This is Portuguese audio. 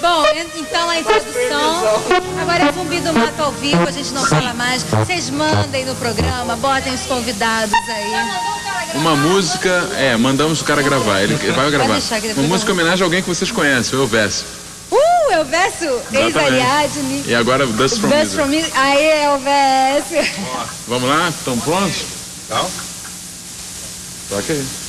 Bom, en- então a introdução. Agora é zumbi do mato ao vivo, a gente não fala mais. Vocês mandem no programa, botem os convidados aí. Uma música, é, mandamos o cara gravar, ele vai gravar. deixar que depois Uma eu música em homenagem a alguém que vocês conhecem, eu verso. Uh, Elvésio, ex-Ariadne. E agora Dust from Best Music. from me. Aê, Elvésio. Vamos lá? Estão prontos? Não. Toca aí.